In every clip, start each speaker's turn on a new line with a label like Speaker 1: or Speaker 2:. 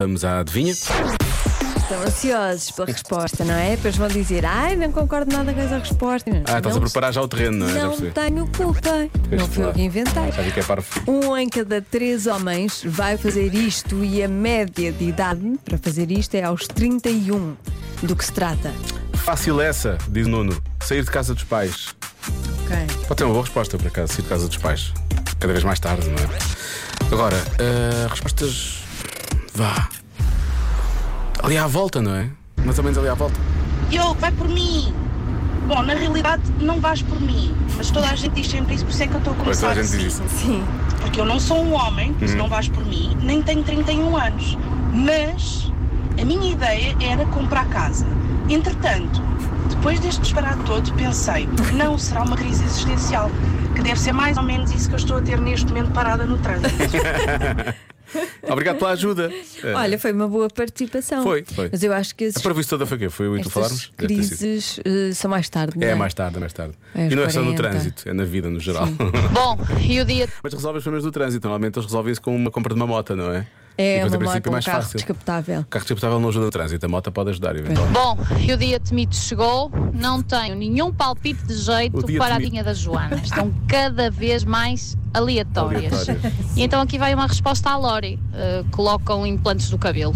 Speaker 1: Vamos à adivinha.
Speaker 2: Estão ansiosos pela resposta, não é? Depois vão dizer, ai, não concordo nada com essa resposta.
Speaker 1: Ah, estás
Speaker 2: não,
Speaker 1: a preparar já o terreno, não é? Já
Speaker 2: não
Speaker 1: percebi.
Speaker 2: tenho culpa.
Speaker 1: Pois,
Speaker 2: não fui eu
Speaker 1: claro.
Speaker 2: que inventei.
Speaker 1: Já vi que é parvo.
Speaker 2: Um em cada três homens vai fazer isto e a média de idade para fazer isto é aos 31. Do que se trata?
Speaker 1: Fácil essa, diz Nuno. Sair de casa dos pais.
Speaker 2: Ok.
Speaker 1: Pode ter uma boa resposta, por acaso, sair de casa dos pais. Cada vez mais tarde, não é? Agora, ah, respostas. Vá. Ali à volta, não é? Mais ou menos ali à volta.
Speaker 3: Eu, vai por mim! Bom, na realidade não vais por mim, mas toda a gente diz sempre isso, por isso é que eu estou a
Speaker 1: Pois, toda
Speaker 3: começar
Speaker 1: a gente
Speaker 3: assim.
Speaker 1: diz isso. Uhum.
Speaker 2: Sim.
Speaker 3: Porque eu não sou um homem, por isso não vais por mim, nem tenho 31 anos. Mas a minha ideia era comprar casa. Entretanto, depois deste disparate todo, pensei, não, será uma crise existencial, que deve ser mais ou menos isso que eu estou a ter neste momento parada no trânsito.
Speaker 1: Obrigado pela ajuda. Ah,
Speaker 2: Olha, foi uma boa participação.
Speaker 1: Foi, foi.
Speaker 2: Mas eu acho que
Speaker 1: A
Speaker 2: esses,
Speaker 1: previsão toda foi o quê? Foi eu e tu
Speaker 2: estas
Speaker 1: falarmos? Deve ter sido.
Speaker 2: crises eh, são mais tarde, não é?
Speaker 1: É mais tarde, é mais tarde.
Speaker 2: É aos
Speaker 1: e não é só no
Speaker 2: 40.
Speaker 1: trânsito, é na vida no geral.
Speaker 4: Bom, e o dia
Speaker 1: Mas resolve os problemas do trânsito. Normalmente eles resolvem isso com uma compra de uma moto, não é?
Speaker 2: É
Speaker 1: E, portanto,
Speaker 2: uma
Speaker 1: em princípio,
Speaker 2: moto,
Speaker 1: é
Speaker 2: um
Speaker 1: mais
Speaker 2: carro
Speaker 1: fácil.
Speaker 2: descapotável.
Speaker 1: O carro descapotável não ajuda no trânsito, a moto pode ajudar, eventualmente.
Speaker 4: Bom, e o dia temido chegou. Não tenho nenhum palpite de jeito
Speaker 1: O dia
Speaker 4: para a
Speaker 1: temido.
Speaker 4: vinha da Joana. Estão cada vez mais aleatórias.
Speaker 1: Aleatórias.
Speaker 4: E então aqui vai uma resposta à Lori. Eh, colocam implantes do cabelo.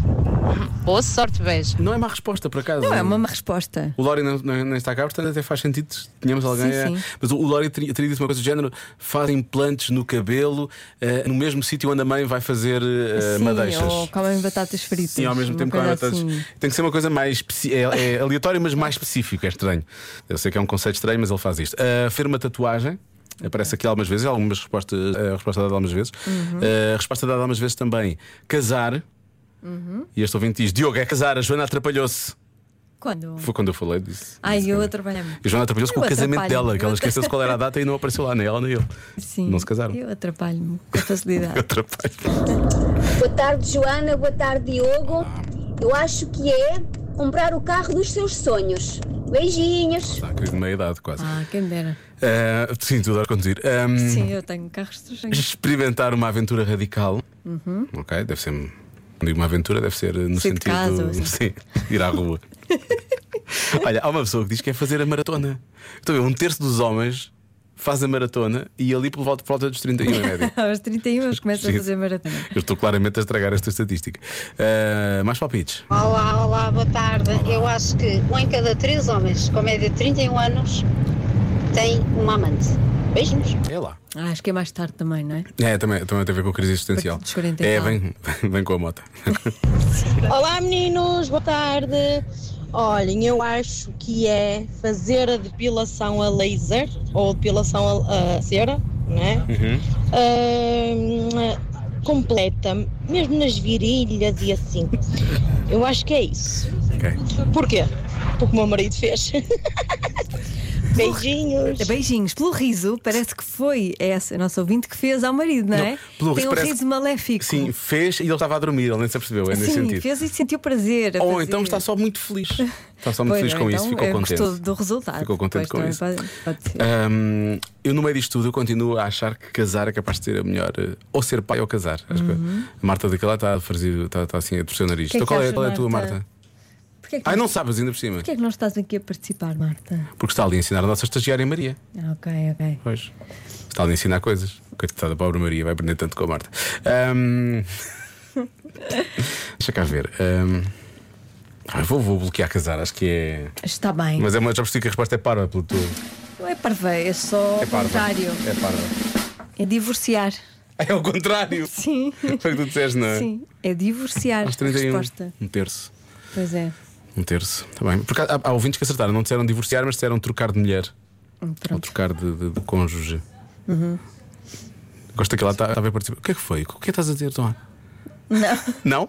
Speaker 4: Boa sorte, beijo.
Speaker 1: Não é má resposta, por acaso.
Speaker 2: Não é uma má resposta.
Speaker 1: O Lori não, não- não está cá, portanto até faz sentido. se Tínhamos alguém.
Speaker 2: Sim,
Speaker 1: a-
Speaker 2: sim.
Speaker 1: Mas o, o Lori teria, teria dito uma coisa do género: fazem implantes no cabelo, eh, no mesmo sítio onde a mãe vai fazer eh,
Speaker 2: Sim,
Speaker 1: madeixas.
Speaker 2: ou comem batatas fritas.
Speaker 1: Sim, ao mesmo
Speaker 2: uma
Speaker 1: tempo com
Speaker 2: coisa
Speaker 1: todos.
Speaker 2: assim.
Speaker 1: Tem que ser uma coisa mais especi- é, é aleatória, mas mais específica. É estranho. Eu sei que é um conceito estranho, mas ele faz isto. A firma tatuagem. Aparece aqui algumas vezes, algumas respostas, a resposta dada algumas vezes.
Speaker 2: Uhum.
Speaker 1: A resposta dada algumas vezes também, casar.
Speaker 2: Uhum.
Speaker 1: E este ouvinte diz: Diogo, é casar, a Joana atrapalhou-se.
Speaker 2: Quando?
Speaker 1: Foi quando eu falei disso.
Speaker 2: Ai, eu atrapalhei-me.
Speaker 1: E a Joana atrapalhou-se com
Speaker 2: Eu
Speaker 1: o casamento
Speaker 2: atrapalho.
Speaker 1: dela, que ela
Speaker 2: Eu
Speaker 1: esqueceu-se qual era a data e não apareceu lá, nem ela nem ele.
Speaker 2: Sim.
Speaker 1: Não se casaram.
Speaker 2: Eu atrapalho-me com facilidade.
Speaker 1: Atrapalho.
Speaker 5: Boa tarde, Joana. Boa tarde, Diogo. Eu acho que é comprar o carro dos seus sonhos. Beijinhos.
Speaker 1: Está querido de meia idade, quase.
Speaker 2: ah, quem dera.
Speaker 1: Ah, sim, tu adoro conduzir. Ahm,
Speaker 2: Sim, eu tenho carros estrangeiros.
Speaker 1: experimentar uma aventura radical. Uhum. Ok, deve ser. Quando digo uma aventura, deve ser eh, no
Speaker 2: Sair de
Speaker 1: sentido.
Speaker 2: casa, ou assim.
Speaker 1: Sim, ir à rua. Olha, há uma pessoa que diz que é fazer a maratona. Então, um terço dos homens faz a maratona e ali por volta, por volta dos 31 em média.
Speaker 2: Aos 31 eu começo a
Speaker 1: Sim.
Speaker 2: fazer maratona.
Speaker 1: Eu estou claramente a estragar esta estatística. Ah, mais palpites.
Speaker 6: Olá, olá, boa tarde. Eu acho que um em cada três homens com média de 31 anos tem uma amante. Beijinhos.
Speaker 1: É lá.
Speaker 2: Ah, acho que é mais tarde também, não é?
Speaker 1: É, também, também tem a ver com a crise existencial.
Speaker 2: Dos 40 e
Speaker 1: É,
Speaker 2: tal.
Speaker 1: vem, vem com a moto.
Speaker 7: Olá meninos, boa tarde. Olhem, eu acho que é fazer a depilação a laser ou depilação a, a cera, né? Ahm, completa, mesmo nas virilhas e assim. Eu acho que é isso.
Speaker 1: Ok.
Speaker 7: Porquê? Porque o meu marido fez. Beijinhos.
Speaker 2: É Beijinhos. Pelo riso, parece que foi essa a nossa ouvinte que fez ao marido, não, é?
Speaker 1: pelo
Speaker 2: Tem
Speaker 1: riso
Speaker 2: um
Speaker 1: parece-
Speaker 2: riso maléfico.
Speaker 1: Sim, fez e ele estava a dormir, ele nem se apercebeu, é nesse
Speaker 2: Sim,
Speaker 1: sentido.
Speaker 2: fez e sentiu prazer. a
Speaker 1: Ou
Speaker 2: fazer.
Speaker 1: então está só muito feliz. Está só muito
Speaker 2: Pois,
Speaker 1: feliz
Speaker 2: ou
Speaker 1: com
Speaker 2: então,
Speaker 1: isso, ficou
Speaker 2: eh,
Speaker 1: contente.
Speaker 2: Gostou do resultado.
Speaker 1: Ficou contente
Speaker 2: Pois,
Speaker 1: com
Speaker 2: também
Speaker 1: isso.
Speaker 2: Pode, pode ser.
Speaker 1: Hum, eu, no meio disto tudo, eu continuo a achar que casar é capaz de ser a melhor. eh, Ou ser pai ou casar. Acho que a Marta daquela está a fazer, está, está assim a torcer o nariz.
Speaker 2: Uhum. Que é
Speaker 1: então,
Speaker 2: que
Speaker 1: qual, é,
Speaker 2: achas,
Speaker 1: qual é a tua,
Speaker 2: Marta?
Speaker 1: Marta?
Speaker 2: Porquê é que,
Speaker 1: Ai, ah, não sabes ainda por cima.
Speaker 2: porquê é que não estás aqui a participar, Marta?
Speaker 1: Porque está ali a ensinar a nossa estagiária Maria.
Speaker 2: Ah, ok, ok.
Speaker 1: Pois. Está ali a ensinar coisas. Coitada, pobre Maria, vai aprender tanto com a Marta. Hum, Deixa cá ver. Hum, ah, vou, vou bloquear casar, acho que é.
Speaker 2: Está bem.
Speaker 1: Mas é uma, já percebi que a resposta é parva pelo teu.
Speaker 2: Não é parva, é só
Speaker 1: É
Speaker 2: o
Speaker 1: parva.
Speaker 2: contrário.
Speaker 1: É parva.
Speaker 2: É divorciar.
Speaker 1: É o contrário.
Speaker 2: Sim.
Speaker 1: Foi o que tu disseste, não é?
Speaker 2: Sim, é divorciar.
Speaker 1: Aos 31.
Speaker 2: A resposta.
Speaker 1: Um terço.
Speaker 2: Pois é.
Speaker 1: Um terço. Está bem. Porque há, há ouvintes que acertaram. Não disseram divorciar, mas disseram trocar de mulher. Ou trocar de, de- de cônjuge.
Speaker 2: Uhum.
Speaker 1: Gosto que ela está a ver participar. O que é que foi? O que é que estás a dizer, Tom?
Speaker 2: Não.
Speaker 1: Não?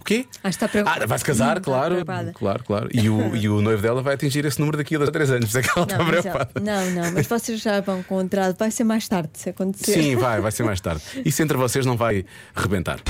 Speaker 1: O quê?
Speaker 2: Ah, está preocupada.
Speaker 1: Ah, vai-se casar,
Speaker 2: Está
Speaker 1: claro.
Speaker 2: preocupada.
Speaker 1: Claro, claro. E o, e o noivo dela vai atingir esse número daqui a dois, três anos. Por isso é que ela está
Speaker 2: mas ela-
Speaker 1: preocupada.
Speaker 2: não, não, mas vocês já vão com o contrato. Vai ser mais tarde se acontecer.
Speaker 1: Sim, vai, vai ser mais tarde. Isso entre vocês não vai rebentar.